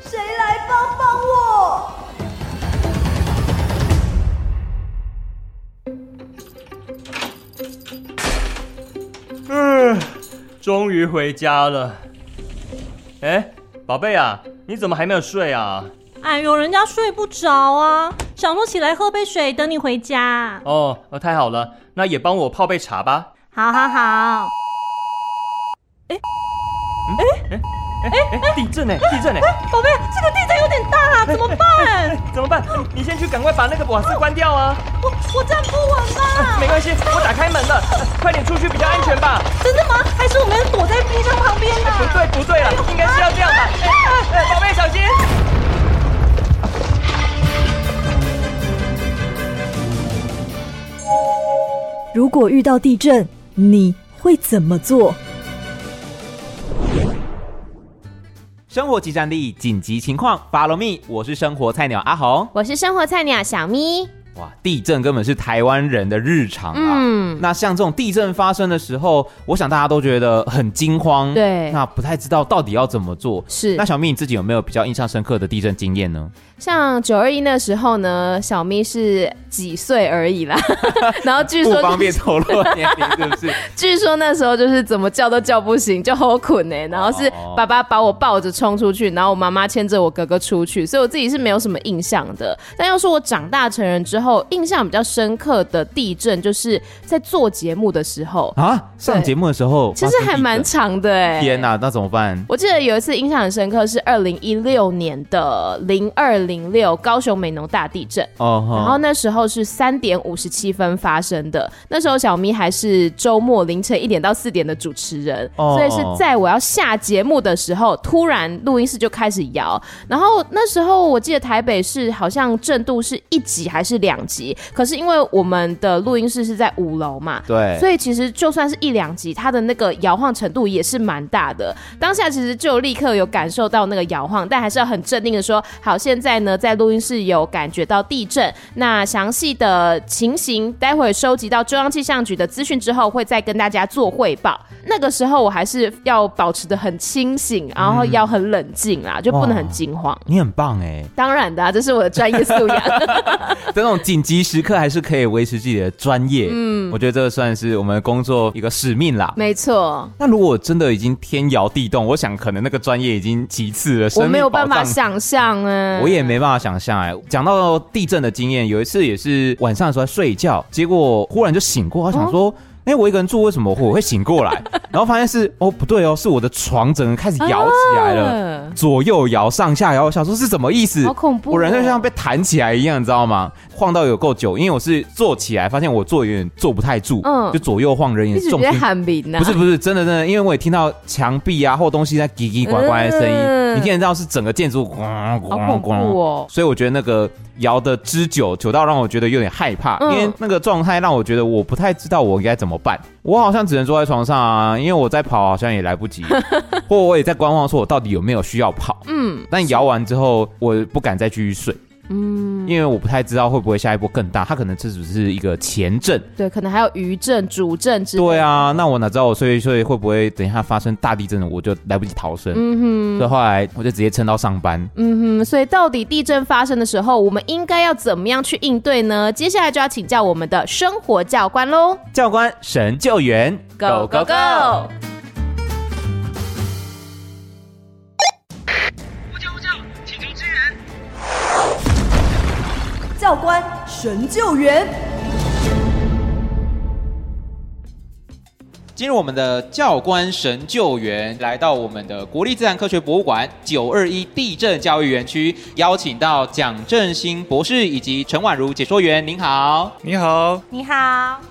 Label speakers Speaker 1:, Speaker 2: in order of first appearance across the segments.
Speaker 1: 谁来帮帮我？
Speaker 2: 嗯，终于回家了。哎，宝贝啊，你怎么还没有睡啊？
Speaker 3: 哎呦，人家睡不着啊，想说起来喝杯水，等你回家。
Speaker 2: 哦，呃太好了，那也帮我泡杯茶吧。
Speaker 3: 好好好，
Speaker 2: 嗯哎哎，地震呢？地震呢？
Speaker 3: 哎
Speaker 2: 哎
Speaker 3: 宝贝，这个地震有点大啊，怎么办？
Speaker 2: 怎么办？你先去赶快把那个瓦斯关掉啊！
Speaker 3: 我我站不稳啦、
Speaker 2: 没关系，我打开门了， 呃快点出去比较安全吧。
Speaker 3: 真的吗？还是我们躲在冰箱旁边
Speaker 2: 不
Speaker 3: 啊？
Speaker 2: 对不对了，应该是要这样吧。哎哎，哎宝贝小心！
Speaker 1: 如果遇到地震，你会怎么做？
Speaker 4: 生活即战力，紧急情况，Follow me，我是生活菜鸟阿红。
Speaker 5: 我是生活菜鸟小咪。
Speaker 4: 哇，地震根本是台湾人的日常啊。
Speaker 5: 嗯
Speaker 4: 那像这种地震发生的时候，我想大家都觉得很惊慌，
Speaker 5: 对
Speaker 4: 那不太知道到底要怎么做。
Speaker 5: 是
Speaker 4: 那小蜜你自己有没有比较印象深刻的地震经验呢？
Speaker 5: 像九二一那时候呢，小咪是几岁而已啦， 然后据
Speaker 4: 不
Speaker 5: 说、
Speaker 4: 方便透露年龄，是不 是？
Speaker 5: 据说那时候就是怎么叫都叫不醒，就好困呢、然后是
Speaker 4: 哦
Speaker 5: 爸爸把我抱着冲出去，然后我妈妈牵着我哥哥出去，所以我自己是没有什么印象的。但要说我长大成人之后，印象比较深刻的地震，就是在做节目的时候，
Speaker 4: 啊，上
Speaker 5: 对
Speaker 4: 节目的时候，
Speaker 5: 其实还蛮长的哎、
Speaker 4: 天哪、那怎么办？
Speaker 5: 我记得有一次印象很深刻，是二零一六年的零二零六高雄美浓大地震。
Speaker 4: 哦，
Speaker 5: 然后那时候是三点五十七分发生的，那时候小咪还是周末凌晨一点到四点的主持人，
Speaker 4: 哦
Speaker 5: 所以是在我要下节目的时候，突然录音室就开始摇。然后那时候我记得台北市好像震度是一级还是两级，可是因为我们的录音室是在五楼嘛，
Speaker 4: 对，
Speaker 5: 所以其实就算是一两集，它的那个摇晃程度也是蛮大的。当下其实就立刻有感受到那个摇晃，但还是要很镇定的说，好，现在呢在录音室有感觉到地震，那详细的情形待会收集到中央气象局的资讯之后，会再跟大家做汇报。那个时候我还是要保持的很清醒，然后要很冷静 啦，就不能很惊慌。
Speaker 4: 你很棒哎，
Speaker 5: 当然的、啊，这是我的专业素养。
Speaker 4: 在那种紧急时刻还是可以维持自己的专业。嗯，我觉得这算是我们工作一个使命啦。
Speaker 5: 没错，
Speaker 4: 那如果真的已经天摇地动，我想可能那个专业已经其次了，
Speaker 5: 我
Speaker 4: 生命
Speaker 5: 没有办
Speaker 4: 保
Speaker 5: 法
Speaker 4: 障。
Speaker 5: 想象哎、
Speaker 4: 我也没办法想象哎、讲到地震的经验，有一次也是晚上的时候在睡觉，结果忽然就醒过，我想
Speaker 5: 哦
Speaker 4: 说，哎、我一个人住，为什么我会醒过来？ 然后发现是哦不对哦，是我的床整个开始摇起来了，
Speaker 5: 了。
Speaker 4: 左右摇，上下摇，我想说是什么意思？
Speaker 5: 好恐怖哦
Speaker 4: 我人就像被弹起来一样，你知道吗？晃到有够久，因为我是坐起来，发现我坐有点坐不太住，
Speaker 5: 嗯
Speaker 4: 就左右晃，人也
Speaker 5: 一直
Speaker 4: 重
Speaker 5: 在
Speaker 4: 心
Speaker 5: 喊名啊呐、
Speaker 4: 不是不是，真的真的，因为我也听到墙壁啊或东西在叽叽呱呱的声音，
Speaker 5: 嗯
Speaker 4: 你听得到是整个建筑咣咣
Speaker 5: 好恐
Speaker 4: 咣，
Speaker 5: 怖哦
Speaker 4: 所以我觉得那个摇的之久，久到让我觉得有点害怕，
Speaker 5: 嗯
Speaker 4: 因为那个状态让我觉得我不太知道我应该怎么办，我好像只能坐在床上啊，因为我在跑好像也来不 及，或我也在观望，说我到底有没有需要跑。
Speaker 5: 嗯，
Speaker 4: 但摇完之后，我不敢再继续睡。嗯，因为我不太知道会不会下一波更大，它可能这只是一个前震，
Speaker 5: 对，可能还有余震、主震之类的。
Speaker 4: 对啊，那我哪知道我睡一睡会不会等一下发生大地震，我就来不及逃生。嗯哼，所以后来我就直接撑到上班。
Speaker 5: 嗯哼，所以到底地震发生的时候，我们应该要怎么样去应对呢？接下来就要请教我们的生活教官喽
Speaker 4: 教官神救援
Speaker 5: ，Go Go Go！
Speaker 1: 教官神救援，
Speaker 4: 进入我们的教官神救援，来到我们的国立自然科学博物馆九二一地震教育园区，邀请到蒋振兴博士以及陈婉如解说员，您好。
Speaker 5: 啊
Speaker 6: 你好，
Speaker 3: 你好，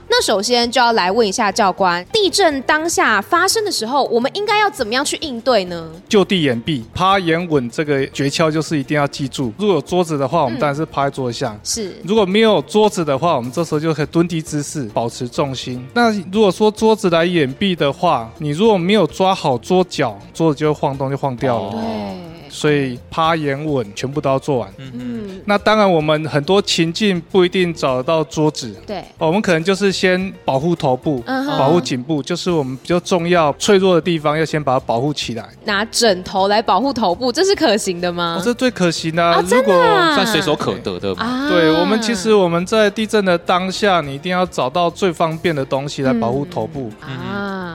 Speaker 5: 那首先就要来问一下教官，地震当下发生的时候，我们应该要怎么样去应对呢？
Speaker 6: 就地掩蔽，趴眼稳这个诀窍就是一定要记住。如果有桌子的话，我们当然是趴在桌子上。
Speaker 5: 是
Speaker 6: 如果没有桌子的话，我们这时候就可以蹲低姿势，保持重心。那如果说桌子来掩蔽的话，你如果没有抓好桌角，桌子就会晃动，就晃掉了。
Speaker 5: 哦对，
Speaker 6: 所以趴眼稳全部都要做完。
Speaker 5: 嗯，
Speaker 6: 那当然，我们很多情境不一定找得到桌子，哦
Speaker 5: 对，
Speaker 6: 我们可能就是先保护头部，
Speaker 5: 嗯哼
Speaker 6: 保护颈部，就是我们比较重要、脆弱的地方，要先把它保护起来。
Speaker 5: 拿枕头来保护头部，这是可行的吗
Speaker 6: 哦，？这最可惜呢。
Speaker 5: 啊
Speaker 6: 如
Speaker 5: 真的
Speaker 6: 果
Speaker 5: 啊
Speaker 4: 算随手可得的嘛。
Speaker 5: 啊
Speaker 6: 哦对我们，其实我们在地震的当下，你一定要找到最方便的东西来保护头部。
Speaker 5: 啊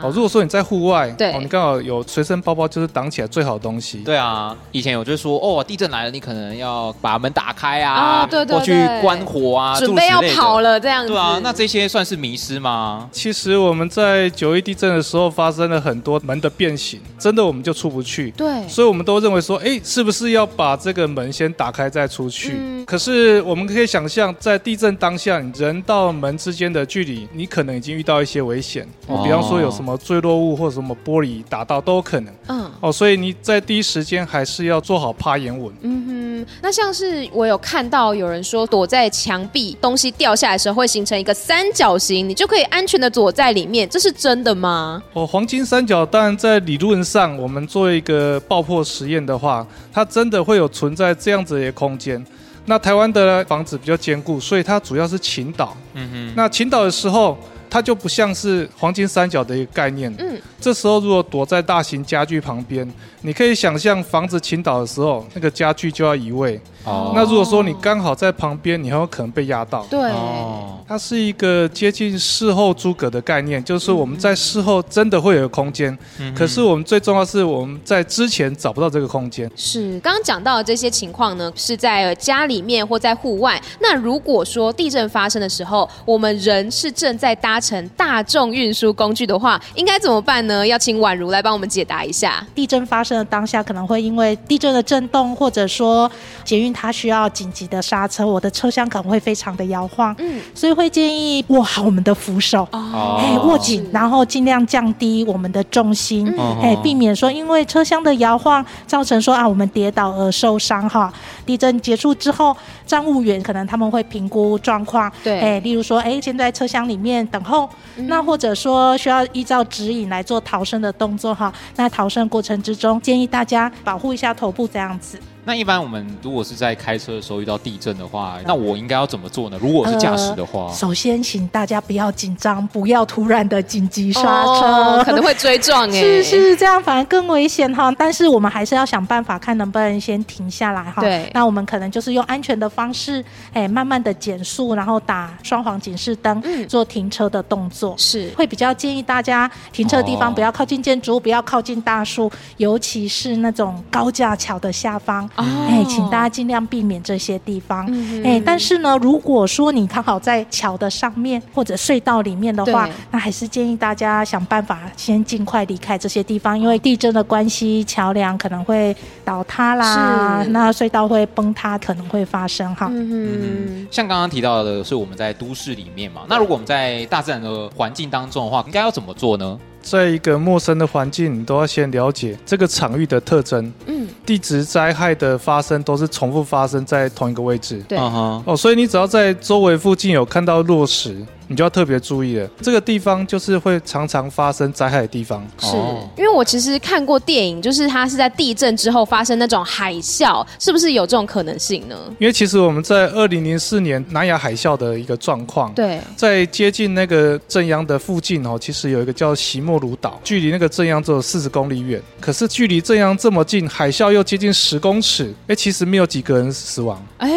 Speaker 6: 哦，，如果说你在户外，
Speaker 5: 对
Speaker 6: 哦，你刚好有随身包包，就是挡起来最好的东西。
Speaker 4: 对啊，以前有就说哦，地震来了，你可能要把门打开啊，
Speaker 5: 啊对对
Speaker 4: 或去
Speaker 5: 对
Speaker 4: 关火啊，
Speaker 5: 准备要跑
Speaker 4: 了。
Speaker 5: 了这样子。
Speaker 4: 对啊，那这些算是迷失吗？
Speaker 6: 其实我们在九一地震的时候发生了很多门的变形，真的我们就出不去。
Speaker 5: 对，
Speaker 6: 所以我们都认为说，哎，是不是要把这个门先打开再出去？
Speaker 5: 嗯
Speaker 6: 可是我们可以想象，在地震当下，人到门之间的距离，你可能已经遇到一些危险，哦、比方说有什么坠落物或什么玻璃打到都有可能。
Speaker 5: 嗯。
Speaker 6: 哦，所以你在第一时间还是要做好趴眼稳。
Speaker 5: 嗯哼，那像是我有看到有人说，躲在墙壁东西掉下来的时候会形成一个三角形，你就可以安全的躲在里面，这是真的吗？
Speaker 6: 哦，黄金三角当然在理论上，我们做一个爆破实验的话，它真的会有存在这样子的空间。那台湾的房子比较坚固，所以它主要是倾倒。嗯哼。那倾倒的时候，它就不像是黄金三角的一个概念。
Speaker 5: 嗯。
Speaker 6: 这时候如果躲在大型家具旁边，你可以想象房子倾倒的时候，那个家具就要移位。
Speaker 4: 哦
Speaker 6: 那如果说你刚好在旁边，你很有可能被压到。
Speaker 5: 对，
Speaker 4: 哦，
Speaker 6: 它是一个接近事后诸葛的概念，就是我们在事后真的会有空间，可是我们最重要是我们在之前找不到这个空间。
Speaker 5: 是刚刚讲到的这些情况呢，是在呃家里面或在户外。那如果说地震发生的时候，我们人是正在搭乘大众运输工具的话，应该怎么办呢？要请宛如来帮我们解答一下。
Speaker 7: 地震发生的当下，可能会因为地震的震动，或者说捷运它需要紧急的刹车，我的车厢可能会非常的摇晃，
Speaker 5: 嗯，
Speaker 7: 所以会建议握好我们的扶手，
Speaker 5: 哦
Speaker 7: 哎、握紧
Speaker 5: 是，
Speaker 7: 然后尽量降低我们的重心，
Speaker 4: 嗯
Speaker 7: 哎、避免说因为车厢的摇晃造成说啊我们跌倒而受伤哈。地震结束之后，站务员可能他们会评估状况，
Speaker 5: 对嗯
Speaker 7: 哎、例如说哎先在车厢里面等候，那或者说需要依照指引来做逃生的动作哈。那逃生过程之中，建议大家保护一下头部这样子。
Speaker 4: 那一般我们如果是在开车的时候遇到地震的话，那我应该要怎么做呢？如果我是驾驶的话
Speaker 7: 呃，首先请大家不要紧张，不要突然的紧急刹车。
Speaker 5: 哦可能会追撞哎、
Speaker 7: 是是，这样反而更危险哈。但是我们还是要想办法，看能不能先停下来哈。
Speaker 5: 对
Speaker 7: 那我们可能就是用安全的方式，哎，慢慢的减速，然后打双黄警示灯，
Speaker 5: 嗯
Speaker 7: 做停车的动作。
Speaker 5: 是
Speaker 7: 会比较建议大家停车的地
Speaker 4: 哦
Speaker 7: 方不要靠近建筑物，不要靠近大树，尤其是那种高架桥的下方。
Speaker 5: 哦
Speaker 7: 哎，请大家尽量避免这些地方。
Speaker 5: 嗯
Speaker 7: 哎，但是呢，如果说你刚好在桥的上面或者隧道里面的话
Speaker 5: 对，
Speaker 7: 那还是建议大家想办法先尽快离开这些地方，因为地震的关系，桥梁可能会倒塌啦
Speaker 5: 是，
Speaker 7: 那隧道会崩塌，可能会发生哈。
Speaker 5: 嗯
Speaker 4: 像刚刚提到的是我们在都市里面嘛，那如果我们在大自然的环境当中的话，应该要怎么做呢？
Speaker 6: 在一个陌生的环境，你都要先了解这个场域的特征。
Speaker 5: 哼嗯，
Speaker 6: 地质灾害的发生都是重复发生在同一个位置。
Speaker 5: 对
Speaker 4: 嗯哼，
Speaker 6: 哦，所以你只要在周围附近有看到落石，你就要特别注意了。这个地方就是会常常发生灾害的地方。
Speaker 5: 是
Speaker 4: 哦
Speaker 5: 因为我其实看过电影，就是它是在地震之后发生那种海啸，是不是有这种可能性呢？
Speaker 6: 因为其实我们在二零零四年南亚海啸的一个状况，
Speaker 5: 对，
Speaker 6: 在接近那个正央的附近哦，其实有一个叫席莫鲁岛，距离那个正央只有四十公里远。可是距离正央这么近，海啸又接近十公尺，哎，其实没有几个人死亡，
Speaker 5: 哎，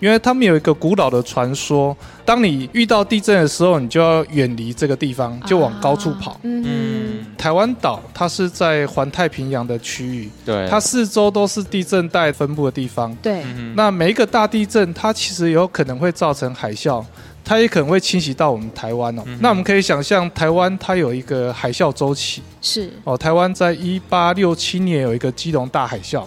Speaker 6: 因为他们有一个古老的传说，当你遇到地震的时候，你就要远离这个地方，就往高处跑。
Speaker 5: 嗯哼，
Speaker 4: 嗯，
Speaker 6: 台湾岛它是在环太平洋的区域，
Speaker 4: 对，
Speaker 6: 它四周都是地震带分布的地方。
Speaker 7: 对，
Speaker 4: 嗯
Speaker 6: 那每一个大地震，它其实有可能会造成海啸，它也可能会侵袭到我们台湾哦。
Speaker 4: 嗯哼
Speaker 6: 那我们可以想象，台湾它有一个海啸周期
Speaker 5: 是
Speaker 6: 哦。台湾在一八六七年有一个基隆大海啸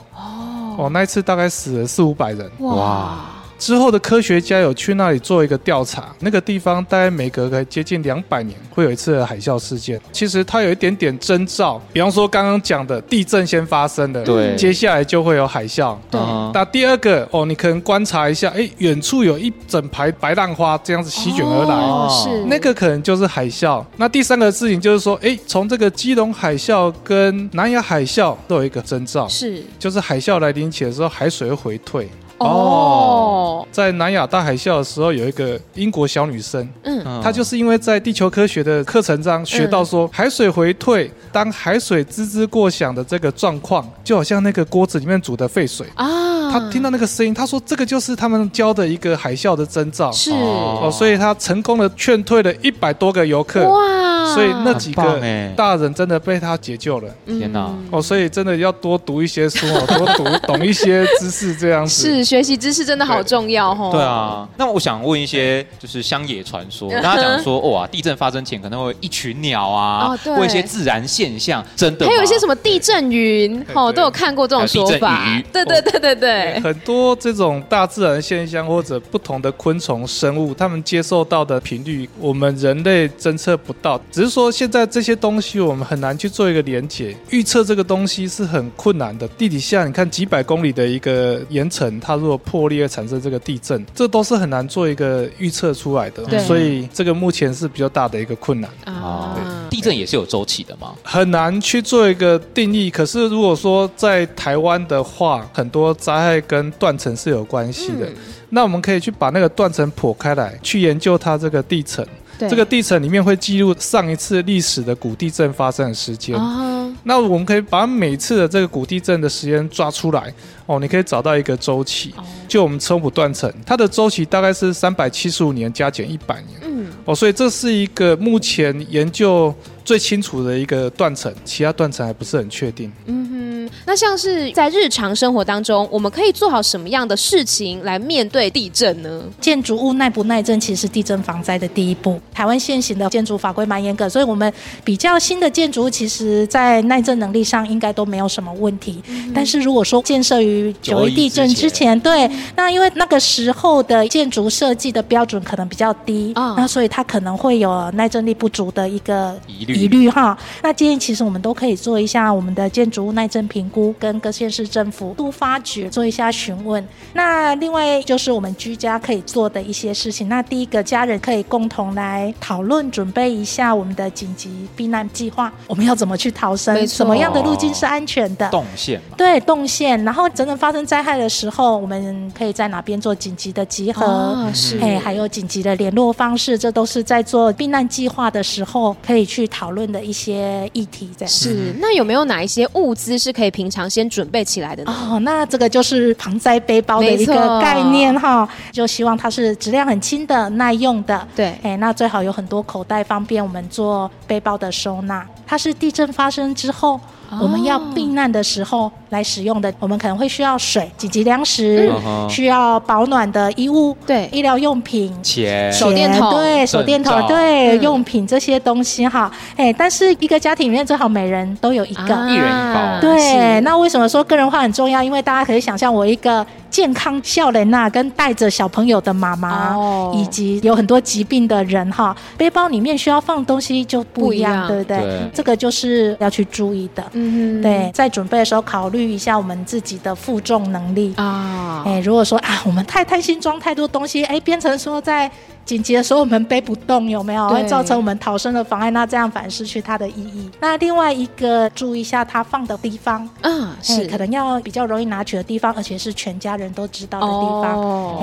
Speaker 6: 哦，那一次大概死了四五百人。
Speaker 5: 哇，
Speaker 6: 之后的科学家有去那里做一个调查，那个地方大概每隔个接近两百年会有一次的海啸事件。其实它有一点点征兆，比方说刚刚讲的地震先发生的，
Speaker 4: 对
Speaker 6: 接下来就会有海啸。
Speaker 5: 对
Speaker 4: 嗯
Speaker 6: 那第二个哦，你可能观察一下，哎，远处有一整排白浪花这样子席卷而来。
Speaker 5: 哦是
Speaker 6: 那个可能就是海啸。那第三个事情就是说，哎，从这个基隆海啸跟南亚海啸都有一个征兆，
Speaker 5: 是
Speaker 6: 就是海啸来临起的时候，海水会回退。
Speaker 5: 哦，
Speaker 6: 在南亚大海啸的时候，有一个英国小女生，
Speaker 5: 嗯，
Speaker 6: 她就是因为在地球科学的课程上学到说，海水回退，当海水滋滋过响的这个状况，就好像那个锅子里面煮的沸水。
Speaker 5: 啊，
Speaker 6: 她听到那个声音，她说这个就是他们教的一个海啸的征兆。
Speaker 5: 是
Speaker 6: 哦，所以她成功的劝退了一百多个游客，
Speaker 5: 哇，
Speaker 6: 所以那几
Speaker 4: 很
Speaker 6: 个
Speaker 4: 棒欸
Speaker 6: 大人真的被她解救了。
Speaker 4: 天哪，
Speaker 5: 嗯
Speaker 6: 哦，所以真的要多读一些书哦，多读懂一些知识这样子。
Speaker 5: 是学习知识真的好重要哦。
Speaker 4: 对，啊，那我想问一些就是乡野传说，跟他讲说，哇，地震发生前可能会有一群鸟啊
Speaker 5: 哦，对
Speaker 4: 或一些自然现象，真
Speaker 6: 啊
Speaker 4: 的吗？
Speaker 5: 还有一些什么地震云，哦，都有看过这种说法
Speaker 4: 还有地。
Speaker 5: 对
Speaker 4: 震鱼
Speaker 5: 对对对对，
Speaker 6: 很多这种大自然现象或者不同的昆虫生物，它们接受到的频率，我们人类侦测不到。只是说现在这些东西，我们很难去做一个连接，预测这个东西是很困难的。地底下你看几百公里的一个岩层，它如果破裂产生这个地震，这都是很难做一个预测出来的
Speaker 5: 对。
Speaker 6: 所以这个目前是比较大的一个困难。
Speaker 4: 啊
Speaker 5: 啊，，
Speaker 4: 地震也是有周期的嘛，
Speaker 6: 很难去做一个定义。可是如果说在台湾的话，很多灾害跟断层是有关系的。那我们可以去把那个断层剖开来，去研究它这个地层。
Speaker 5: 对
Speaker 6: 这个地层里面会记录上一次历史的古地震发生的时间。
Speaker 5: 啊，
Speaker 6: 那我们可以把每次的这个古地震的时间抓出来哦，你可以找到一个周期。就我们冲浦断层，它的周期大概是三百七十五年加减一百年。
Speaker 5: 嗯，
Speaker 6: 哦，所以这是一个目前研究最清楚的一个断层，其他断层还不是很确定。
Speaker 5: 嗯哼，那像是在日常生活当中，我们可以做好什么样的事情来面对地震呢？
Speaker 7: 建筑物耐不耐震，其实是地震防灾的第一步。台湾现行的建筑法规蛮严格，所以我们比较新的建筑物，其实在耐震能力上应该都没有什么问题。但是如果说建设于九一地震之前，对，那因为那个时候的建筑设计的标准可能比较低，
Speaker 5: 啊
Speaker 7: 那所以它可能会有耐震力不足的一个
Speaker 4: 疑虑
Speaker 7: 疑虑哈。那建议其实我们都可以做一下我们的建筑物耐震评估，跟各县市政府都发局做一下询问。那另外就是我们居家可以做的一些事情。那第一个，家人可以共同来讨论准备一下我们的紧急避难计划，我们要怎么去逃
Speaker 5: 没
Speaker 7: 生，
Speaker 5: 错
Speaker 7: 什么样的路径是安全的。
Speaker 4: 动线嘛，
Speaker 7: 对动线，然后真正发生灾害的时候，我们可以在哪边做紧急的集合？
Speaker 5: 啊，是，
Speaker 7: 哎，还有紧急的联络方式，这都是在做避难计划的时候可以去讨论的一些议题。这样
Speaker 5: 是，那有没有哪一些物资是可以平常先准备起来的呢？
Speaker 7: 哦，那这个就是防灾背包的一
Speaker 5: 没
Speaker 7: 个
Speaker 5: 错
Speaker 7: 概念哈，就希望它是质量很轻的、耐用的。
Speaker 5: 对
Speaker 7: 哎，那最好有很多口袋，方便我们做背包的收纳。它是地震发生之后。
Speaker 5: 哦
Speaker 7: 我们要避难的时候来使用的，我们可能会需要水、紧急粮食，
Speaker 4: 嗯
Speaker 7: 需要保暖的衣物，
Speaker 5: 对
Speaker 7: 医疗用品，
Speaker 4: 钱
Speaker 5: 手电筒
Speaker 7: 对手电
Speaker 4: 哎证
Speaker 7: 筒，
Speaker 4: 照
Speaker 7: 对
Speaker 5: 嗯
Speaker 7: 用品这些东西哈，哎，但是一个家庭里面最好每人都有一个，
Speaker 5: 啊
Speaker 4: 一人一包
Speaker 7: 对，
Speaker 5: 是
Speaker 7: 那为什么说个人化很重要？因为大家可以想象，我一个健康笑人呐、跟带着小朋友的妈妈，
Speaker 5: 哦
Speaker 7: 以及有很多疾病的人哈，背包里面需要放东西就不一样，
Speaker 5: 不一
Speaker 7: 对
Speaker 5: 样
Speaker 7: 不对？
Speaker 4: 对
Speaker 7: 这个就是要去注意的。
Speaker 5: 嗯哼
Speaker 7: 对，在准备的时候考虑一下我们自己的负重能力。
Speaker 5: 啊，
Speaker 7: 哎，如果说啊，我们太贪心装太多东西，哎，变成说在紧急的时候我们背不动，有没有
Speaker 5: 对
Speaker 7: 会造成我们逃生的妨碍？那这样反而失去它的意义。那另外一个，注意一下它放的地方，
Speaker 5: 啊，
Speaker 7: 哎，
Speaker 5: 是
Speaker 7: 可能要比较容易拿取的地方，而且是全家人都知道的地方。哎、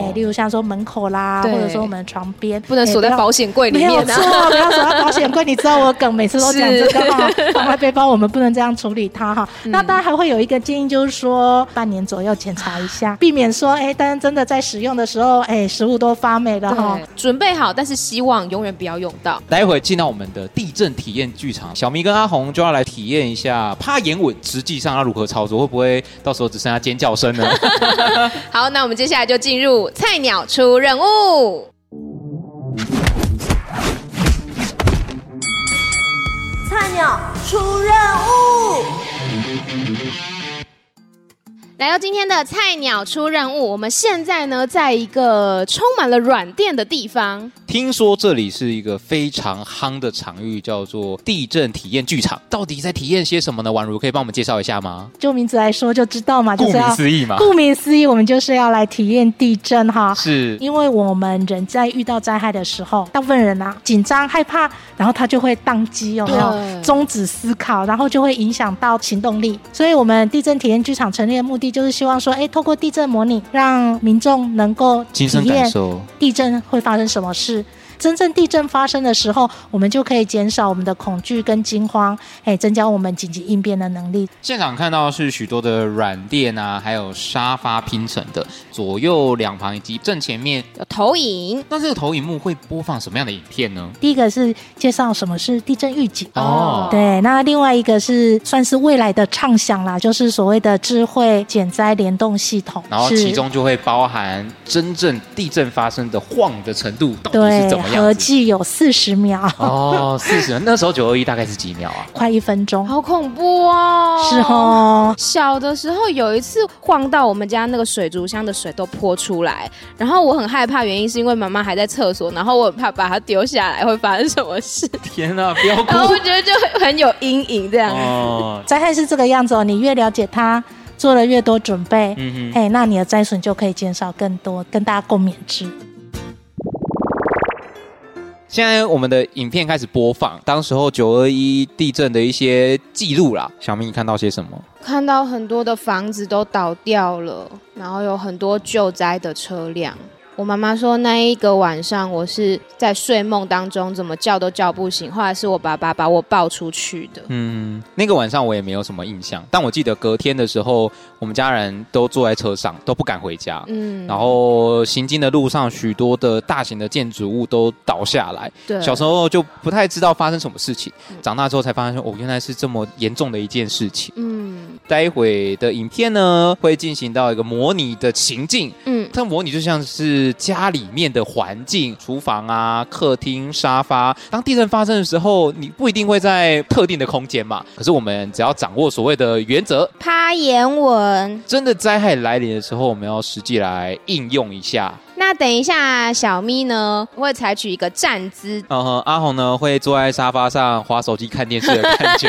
Speaker 5: 哦，
Speaker 7: 例如像说门口啦，或
Speaker 5: 对
Speaker 7: 者说我们床边，
Speaker 5: 不能
Speaker 7: 哎
Speaker 5: 锁在
Speaker 7: 要
Speaker 5: 保险柜里
Speaker 7: 没有
Speaker 5: 面
Speaker 7: 错，
Speaker 5: 啊。
Speaker 7: 不要走到保险柜。你知道我梗每次都讲这
Speaker 5: 是
Speaker 7: 个哈，放在背包我们不能这样处理它哈。那当然还会有一个建议，就是说半年左右检查一下，避免说哎，但是真的在使用的时候，哎，食物都发霉了哈
Speaker 5: 对。准准备好，但是希望永远不要用到。
Speaker 4: 待会进到我们的地震体验剧场，小咪跟阿红就要来体验一下趴眼稳，实际上要如何操作，会不会到时候只剩下尖叫声呢？
Speaker 5: 好，那我们接下来就进入菜鸟出任务。
Speaker 1: 菜鸟出任务。
Speaker 5: 来到今天的菜鸟出任务，我们现在呢，在一个充满了软垫的地方。
Speaker 4: 听说这里是一个非常夯的场域，叫做地震体验剧场，到底在体验些什么呢？宛如可以帮我们介绍一下吗？
Speaker 7: 就名字来说就知道啊嘛，就
Speaker 4: 顾
Speaker 7: 是
Speaker 4: 名
Speaker 7: 要
Speaker 4: 思义嘛，
Speaker 7: 顾名思义，我们就是要来体验地震哈。
Speaker 4: 是
Speaker 7: 因为我们人在遇到灾害的时候，大部分人啊紧张害怕，然后他就会宕机，有没
Speaker 5: 对
Speaker 7: 有？终止思考，然后就会影响到行动力。所以，我们地震体验剧场成立的目的就是希望说，哎，透过地震模拟，让民众能够体
Speaker 4: 亲身感
Speaker 7: 验
Speaker 4: 受。
Speaker 7: 地震会发生什么事。真正地震发生的时候，我们就可以减少我们的恐惧跟惊慌，哎，增加我们紧急应变的能力。
Speaker 4: 现场看到是许多的软垫啊，还有沙发拼成的，左右两旁以及正前面。
Speaker 5: 有投影，
Speaker 4: 那这个投影幕会播放什么样的影片呢？
Speaker 7: 第一个是介绍什么是地震预警。
Speaker 4: 哦，
Speaker 7: 对，那另外一个是算是未来的畅想啦，就是所谓的智慧减灾联动系统，
Speaker 4: 然后
Speaker 7: 是
Speaker 4: 其中就会包含真正地震发生的晃的程度到底是
Speaker 7: 对
Speaker 4: 怎么
Speaker 7: 合
Speaker 4: 样子。
Speaker 7: 计有四十秒，
Speaker 4: 哦，四十，那时候九二一大概是几秒啊？
Speaker 7: 快一分钟，
Speaker 5: 好恐怖哦！
Speaker 7: 是。哦。
Speaker 5: 小的时候有一次晃到我们家那个水族箱的水都泼出来，然后我很害怕，原因是因为妈妈还在厕所，然后我很怕把它丢下来会发生什么事，
Speaker 4: 天哪、不要
Speaker 5: 然 后
Speaker 4: 哭！
Speaker 5: 我觉得就很有阴影这样。
Speaker 4: 哦，
Speaker 7: 灾害是这个样子哦，你越了解它，做了越多准备，
Speaker 4: 嗯哼，
Speaker 7: 哎，那你的灾损就可以减少更多，跟大家共勉之。
Speaker 4: 现在我们的影片开始播放，当时候九二一地震的一些记录啦。小明，你看到些什么？
Speaker 5: 看到很多的房子都倒掉了，然后有很多救灾的车辆。我妈妈说，那一个晚上我是在睡梦当中，怎么叫都叫不醒。后来是我爸爸把我抱出去的。
Speaker 4: 嗯，那个晚上我也没有什么印象，但我记得隔天的时候，我们家人都坐在车上，都不敢回家。
Speaker 5: 嗯，
Speaker 4: 然后行进的路上，许多的大型的建筑物都倒下来。
Speaker 5: 对，
Speaker 4: 小时候就不太知道发生什么事情
Speaker 5: 嗯，
Speaker 4: 长大之后才发现说，哦，原来是这么严重的一件事情。
Speaker 5: 嗯
Speaker 4: 待会的影片呢，会进行到一个模拟的情境，
Speaker 5: 嗯，
Speaker 4: 它模拟就像是家里面的环境，厨房啊、客厅、沙发。当地震发生的时候，你不一定会在特定的空间嘛，可是我们只要掌握所谓的原则，
Speaker 5: 趴眼稳。
Speaker 4: 真的灾害来临的时候，我们要实际来应用一下。
Speaker 5: 那等一下，小咪呢会采取一个站姿，
Speaker 4: 嗯哼，阿红呢会坐在沙发上划手机看电视的 感觉。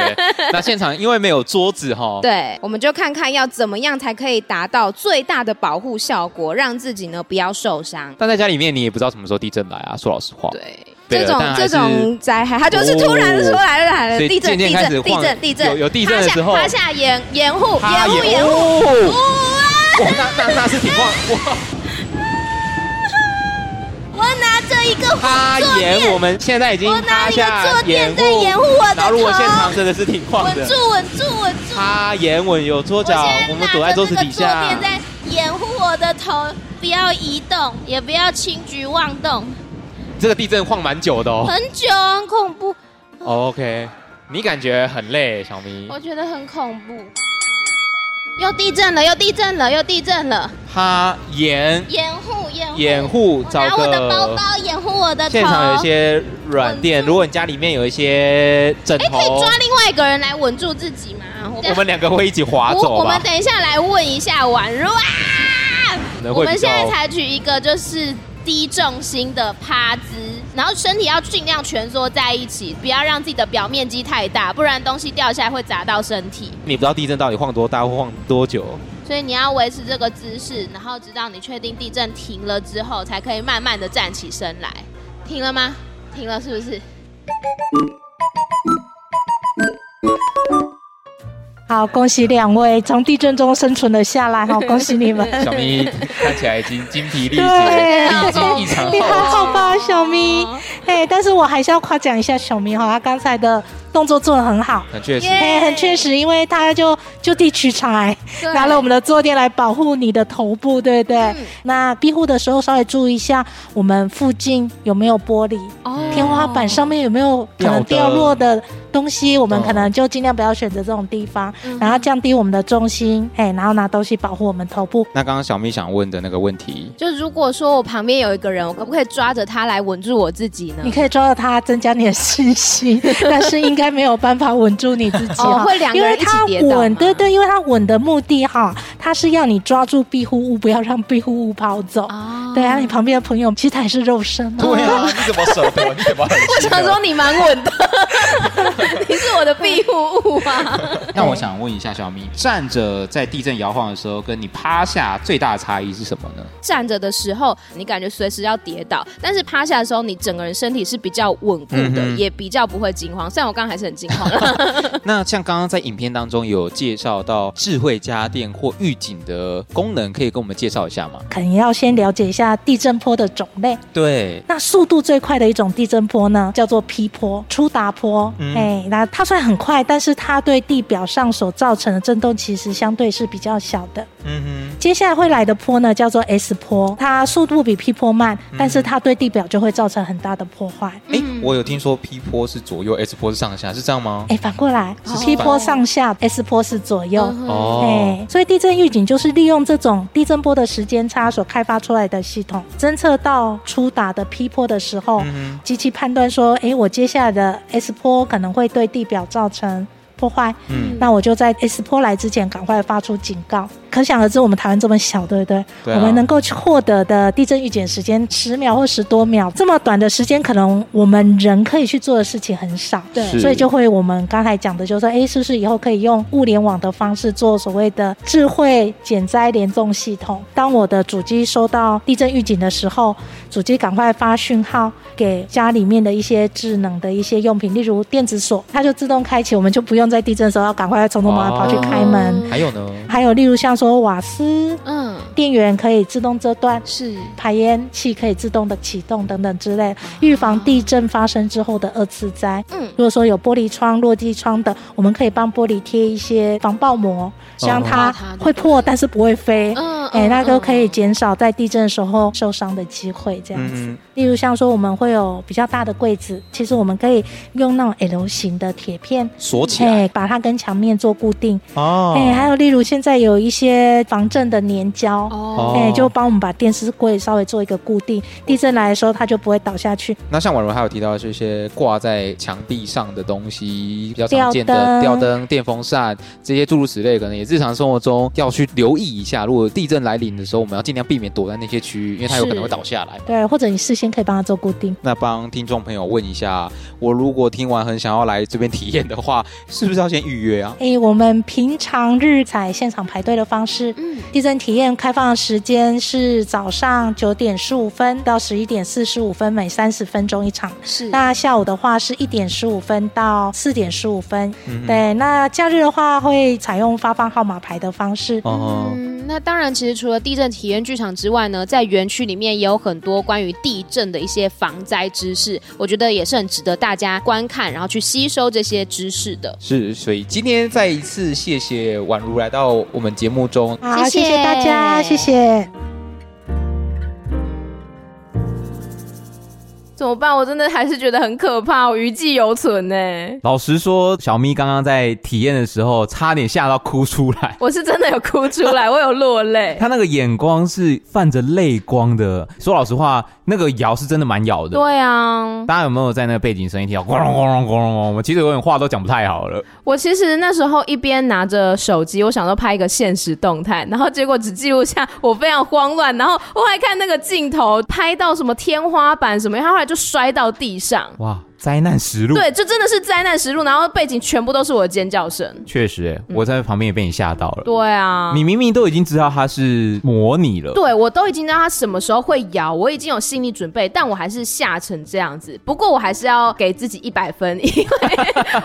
Speaker 4: 那现场因为没有桌子哈，
Speaker 5: 对，我们就看看要怎么样才可以达到最大的保护效果，让自己呢不要受伤。
Speaker 4: 但在家里面你也不知道什么时候地震来啊。说老实话，
Speaker 5: 对，
Speaker 4: 对
Speaker 5: 这种
Speaker 4: 但还
Speaker 5: 这
Speaker 4: 是
Speaker 5: 种灾害，它 就是突然说来了来了，
Speaker 4: 所以
Speaker 5: 地震
Speaker 4: 渐
Speaker 5: 地
Speaker 4: 渐开始
Speaker 5: 震地
Speaker 4: 晃
Speaker 5: 震地震，
Speaker 4: 有有地震的
Speaker 5: 趴下
Speaker 4: 时候
Speaker 5: 趴下掩掩护
Speaker 4: 他
Speaker 5: 掩护
Speaker 4: 也
Speaker 5: 掩护，
Speaker 4: 哦哇，那那那是挺晃哇！
Speaker 8: 我拿着一个
Speaker 4: 他
Speaker 8: 坐
Speaker 4: 演
Speaker 8: 垫，
Speaker 4: 我们现在已经
Speaker 8: 我拿
Speaker 4: 趴
Speaker 8: 一个
Speaker 4: 下
Speaker 8: 坐
Speaker 4: 掩
Speaker 8: 垫
Speaker 4: 护
Speaker 8: 在，掩护我的
Speaker 4: 然后如果现
Speaker 8: 头，
Speaker 4: 场真的是挺晃
Speaker 8: 稳
Speaker 4: 的，
Speaker 8: 住稳住稳住！
Speaker 4: 他演稳有桌
Speaker 8: 我
Speaker 4: 角，我
Speaker 8: 现
Speaker 4: 们
Speaker 8: 在
Speaker 4: 躲
Speaker 8: 拿
Speaker 4: 在桌
Speaker 8: 着
Speaker 4: 子
Speaker 8: 这个
Speaker 4: 底
Speaker 8: 坐
Speaker 4: 下
Speaker 8: 垫。在掩护我的头，不要移动，也不要轻举妄动，
Speaker 4: 这个地震晃蛮久的哦。
Speaker 8: 很久很恐怖，
Speaker 4: OK，你感觉很累，小咪。
Speaker 5: 我觉得很恐怖。又地震了，又地震了，又地震了！
Speaker 4: 他演
Speaker 8: 掩护掩护
Speaker 4: 掩护，
Speaker 8: 我
Speaker 4: 找
Speaker 8: 拿我的包
Speaker 4: 个
Speaker 8: 包掩护我的头，
Speaker 4: 现场有一些软垫，如果你家里面有一些枕
Speaker 5: 哎，可以
Speaker 4: 头，
Speaker 5: 抓另外一个人来稳住自己吗？
Speaker 4: 我们两个会一起滑
Speaker 5: 我
Speaker 4: 走
Speaker 5: 我们
Speaker 4: 吧。
Speaker 5: 等一下来问一下宛如啊，
Speaker 4: 可能
Speaker 5: 我
Speaker 4: 会
Speaker 5: 们
Speaker 4: 比
Speaker 5: 现
Speaker 4: 较
Speaker 5: 在采取一个就是低重心的趴姿，然后身体要尽量蜷缩在一起，不要让自己的表面积太大，不然东西掉下来会砸到身体。
Speaker 4: 你不知道地震到底晃多大或晃多久。
Speaker 5: 所以你要维持这个姿势，然后直到你确定地震停了之后，才可以慢慢的站起身来。停了吗？停了是不是？
Speaker 7: 好，恭喜两位从地震中生存了下来，好，恭喜你们。
Speaker 4: 小咪看起来已经精疲力
Speaker 7: 对，
Speaker 4: 竭，
Speaker 5: 好
Speaker 4: 一场
Speaker 7: 你还
Speaker 4: 浩
Speaker 8: 哦
Speaker 7: 好吧，小咪？哎、对，但是我还是要夸奖一下小明哈，他刚才的动作做得很好。
Speaker 4: 很确实。
Speaker 7: 哎、很确实，因为他就就地取材，
Speaker 8: 对嗯
Speaker 7: 拿了我们的坐垫来保护你的头部，对不对？那庇护的时候稍微注意一下，我们附近有没有玻璃，
Speaker 8: 哦
Speaker 7: 天花板上面有没有可能
Speaker 4: 掉的
Speaker 7: 掉落的东西，我们
Speaker 4: 哦
Speaker 7: 可能就尽量不要选择这种地方，
Speaker 8: 嗯
Speaker 7: 然后降低我们的重心，哎、然后拿东西保护我们头部。
Speaker 4: 那刚刚小咪想问的那个问题，
Speaker 5: 就如果说我旁边有一个人，我可不可以抓着他来稳住我自己呢
Speaker 7: 你？可以抓到它，增加你的 信心，但是应该没有办法稳住你自己
Speaker 5: 哦
Speaker 7: 哈、
Speaker 5: 会两个人
Speaker 7: 因为它
Speaker 5: 一起跌倒吗
Speaker 7: 稳，对对，因为它稳的目的哈，它是要你抓住庇护物，不要让庇护物跑走。
Speaker 5: 哦
Speaker 7: 对啊，你旁边的朋友其实他也是肉身嘛。
Speaker 9: 对啊，你怎么舍得？你怎么狠心？
Speaker 5: 我想说你蛮稳的， 你是我的庇护物 啊。
Speaker 4: 那我想问一下小咪，站着在地震摇晃的时候，跟你趴下最大的差异是什么呢？
Speaker 5: 站着的时候，你感觉随时要跌倒，但是趴下的时候，你整个人身体是比较稳固的，
Speaker 4: 嗯哼
Speaker 5: 也比较不会惊慌。虽然我刚刚还是很惊慌，
Speaker 4: 那像刚刚在影片当中有介绍到智慧家电或预警的功能，可以跟我们介绍一下吗？
Speaker 7: 可能要先了解一下地震波的种类。
Speaker 4: 对，
Speaker 7: 那速度最快的一种地震波呢，叫做 P 波、初达波。
Speaker 4: 嗯
Speaker 7: 哎、那它虽然很快，但是它对地表上所造成的震动其实相对是比较小的。
Speaker 4: 嗯哼，
Speaker 7: 接下来会来的波呢，叫做 S 波，它速度比 P 波慢，但是它对地表就会造成很大的破坏。
Speaker 4: 哎、我有听说 P 波是左右，S 波是上下，是这样吗？
Speaker 7: 哎，反过来，P 波上下，S 波是左右。
Speaker 4: 哦，
Speaker 7: 哎，所以地震预警就是利用这种地震波的时间差所开发出来的系统，侦测到初打的 P 波的时
Speaker 4: 嗯
Speaker 7: 候，机器判断说，哎，我接下来的 S 波可能会对地表造成。破坏，
Speaker 4: 嗯
Speaker 7: 那我就在 S 波来之前赶快发出警告。可想而知，我们台湾这么小，对不对？
Speaker 4: 对啊
Speaker 7: 我们能够获得的地震预警时间十秒或十多秒，这么短的时间，可能我们人可以去做的事情很少。
Speaker 4: 对是
Speaker 7: 所以就会我们刚才讲的，就是说，哎，是不是以后可以用物联网的方式做所谓的智慧减灾联动系统？当我的主机收到地震预警的时候，主机赶快发讯号给家里面的一些智能的一些用品，例如电子锁，它就自动开启，我们就不用在地震的时候要赶快匆匆忙
Speaker 5: 哦
Speaker 7: 忙跑去开门。
Speaker 4: 还有呢？
Speaker 7: 还有例如像说瓦斯，
Speaker 5: 嗯，
Speaker 7: 电源可以自动遮断，
Speaker 5: 是
Speaker 7: 排烟器可以自动的启动等等之类，预防地震发生之后的二次灾。
Speaker 5: 嗯
Speaker 7: 如果说有玻璃窗、落地窗的，我们可以帮玻璃贴一些防爆膜，让它会破但是不会飞。
Speaker 5: 哦嗯
Speaker 7: 哎，那都可以
Speaker 5: 解。
Speaker 7: 减少在地震的时候受伤的机会，这样子。
Speaker 4: 嗯
Speaker 7: 例如像说我们会有比较大的柜子，其实我们可以用那种 L 型的铁片，
Speaker 4: 锁起来
Speaker 7: 哎，把它跟墙面做固定。
Speaker 4: 哦
Speaker 7: 哎，还有例如现在有一些防震的粘胶，
Speaker 5: 哦
Speaker 7: 哎、就帮我们把电视柜稍微做一个固定，地震来的时候它就不会倒下去。
Speaker 4: 那像婉柔还有提到这些挂在墙壁上的东西，比较
Speaker 7: 吊
Speaker 4: 常见的
Speaker 7: 灯
Speaker 4: 吊灯、电风扇这些诸如此类，可能也日常生活中要去留意一下。如果地震来临的时候，我们要尽量避免躲在那些区域，因为它有可能会倒下来。
Speaker 7: 对，或者你事先可以帮它做固定。
Speaker 4: 那帮听众朋友问一下，我如果听完很想要来这边体验的话， 是不是要先预约啊？
Speaker 7: 哎、我们平常日采现场排队的方式，地震体验开放的时间是早上九点十五分到十一点四十五分，每三十分钟一场。
Speaker 5: 是
Speaker 7: 那下午的话是一点十五分到四点十五分。对，那假日的话会采用发放号码牌的方式。
Speaker 4: 哦，
Speaker 5: 嗯，那当然，其实除了地震体验剧场之外呢，在园区里面也有很多关于地震的一些防灾知识，我觉得也是很值得大家观看，然后去吸收这些知识的。
Speaker 4: 是，所以今天再一次谢谢宛如来到我们节目中，
Speaker 7: 好，
Speaker 5: 谢
Speaker 7: 谢
Speaker 5: 谢
Speaker 7: 谢大家，谢谢。
Speaker 10: 怎么办？我真的还是觉得很可怕，我余悸犹存欸呢。
Speaker 2: 老实说，小咪刚刚在体验的时候，差点吓到哭出 来。
Speaker 10: 我是真的有哭出来，我有落泪。
Speaker 2: 他那个眼光是泛着泪光的。说老实话，那个摇是真的蛮咬的。
Speaker 10: 对
Speaker 5: 嗯
Speaker 10: 啊，
Speaker 2: 大家有没有在那个背景声音听到咣隆咣隆咣隆咣隆？我其实有点话都讲不太好了。
Speaker 10: 我其实那时候一边拿着手机，我想说拍一个现实动态，然后结果只记录下我非常慌乱，然后我还看那个镜头拍到什么天花板什么，他后来就摔到地上。
Speaker 2: 哇，灾难实录。
Speaker 5: 对，这真的是灾难实录，然后背景全部都是我的尖叫声。嗯
Speaker 2: 确实、欸，我在旁边也被你吓到了。
Speaker 5: 对啊，
Speaker 2: 你明明都已经知道它是模拟了，
Speaker 5: 对我都已经知道它什么时候会摇，我已经有心理准备，但我还是吓成这样子。不过我还是要给自己一百分，因为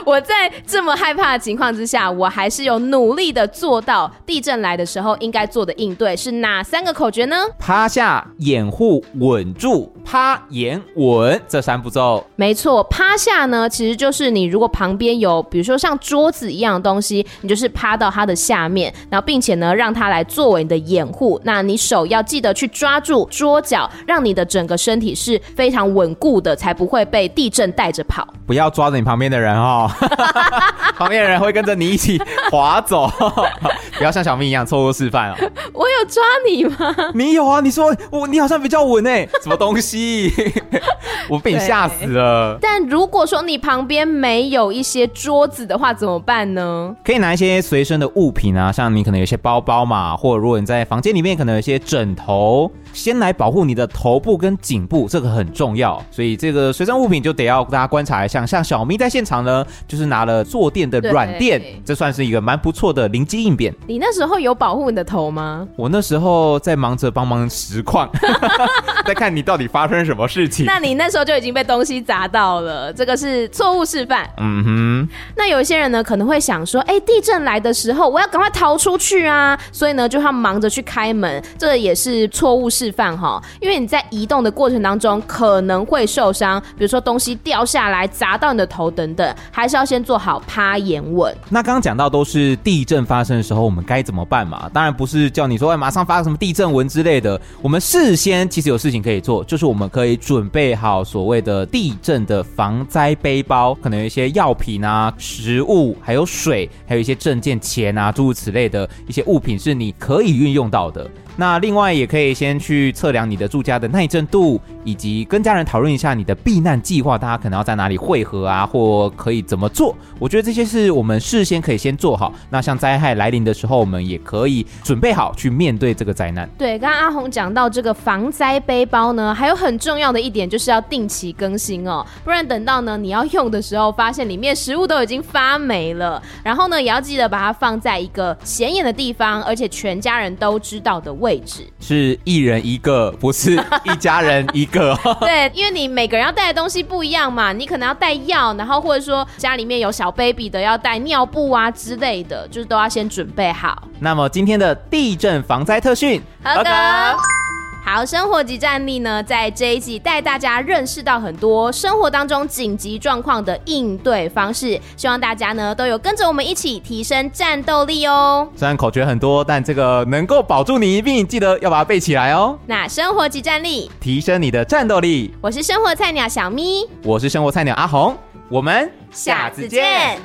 Speaker 5: 我在这么害怕的情况之下，我还是有努力的做到地震来的时候应该做的应对是哪三个口诀呢？
Speaker 2: 趴下、掩护、稳住、趴、掩、稳这三步骤。
Speaker 5: 没错，趴下呢，其实就是你如果旁边有，比如说像桌子一样的东西，你就是趴到它的下面，然后并且呢，让它来作为你的掩护。那你手要记得去抓住桌角，让你的整个身体是非常稳固的，才不会被地震带着跑。
Speaker 2: 不要抓着你旁边的人哦， 旁边的人会跟着你一起滑走， 不要像小明一样错误示范哦。
Speaker 5: 我有抓你吗？
Speaker 2: 你有啊？你说我你好像比较稳哎、什么东西？ 我被你吓死了。
Speaker 5: 但如果说你旁边没有一些桌子的话，怎么办呢？
Speaker 2: 可以拿一些随身的物品啊，像你可能有一些包包嘛，或者如果你在房间里面可能有一些枕头，先来保护你的头部跟颈部，这个很重要。所以这个随身物品就得要大家观察一下。像小咪在现场呢，就是拿了坐垫的软垫
Speaker 5: 对，
Speaker 2: 这算是一个蛮不错的灵机应变。
Speaker 5: 你那时候有保护你的头吗？
Speaker 2: 我那时候在忙着帮忙实况， 在看你到底发生什么事情。
Speaker 5: 那你那时候就已经被东西砸到了，这个是错误示范。
Speaker 2: 嗯
Speaker 5: 那有一些人呢，可能会想说，哎、地震来的时候，我要赶快逃出去啊！所以呢，就要忙着去开门，这也是错误示范哈。因为你在移动的过程当中可能会受伤，比如说东西掉下来砸到你的头等等，还是要先做好趴眼稳。
Speaker 2: 哼，那刚刚讲到都是地震发生的时候，我们该怎么办嘛？当然不是叫你说哎马上发什么地震文之类的，我们事先其实有事情可以做，就是我们可以准备好所谓的地震的防灾背包，可能有一些药品啊、食物，还有水，还有一些证件、钱啊，诸如此类的一些物品是你可以运用到的。那另外也可以先去测量你的住家的耐震度，以及跟家人讨论一下你的避难计划，大家可能要在哪里汇合啊，或可以怎么做。我觉得这些是我们事先可以先做好。那像灾害来临的时候，我们也可以准备好去面对这个灾难。
Speaker 5: 对，刚刚阿红讲到这个防灾背包呢，还有很重要的一点就是要定期更新哦，不然等到呢你要用的时候，发现里面食物都已经发霉了，然后呢也要记得把它放在一个显眼的地方，而且全家人都知道的位置。
Speaker 2: 是一人一个，不是一家人一个。
Speaker 5: 对，因为你每个人要带的东西不一样嘛，你可能要带药，然后或者说家里面有小 baby 的要带尿布啊之类的，就是都要先准备好。
Speaker 2: 那么今天的地震防灾特训，
Speaker 5: 合格。好，生活及战力呢，在这一集带大家认识到很多生活当中紧急状况的应对方式，希望大家呢都有跟着我们一起提升战斗力哦。
Speaker 2: 虽然口诀很多，但这个能够保住你一命，记得要把它背起来哦，
Speaker 5: 那生活及战力，
Speaker 2: 提升你的战斗力。
Speaker 5: 我是生活菜鸟小咪，
Speaker 2: 我是生活菜鸟阿红，我们
Speaker 5: 下次见。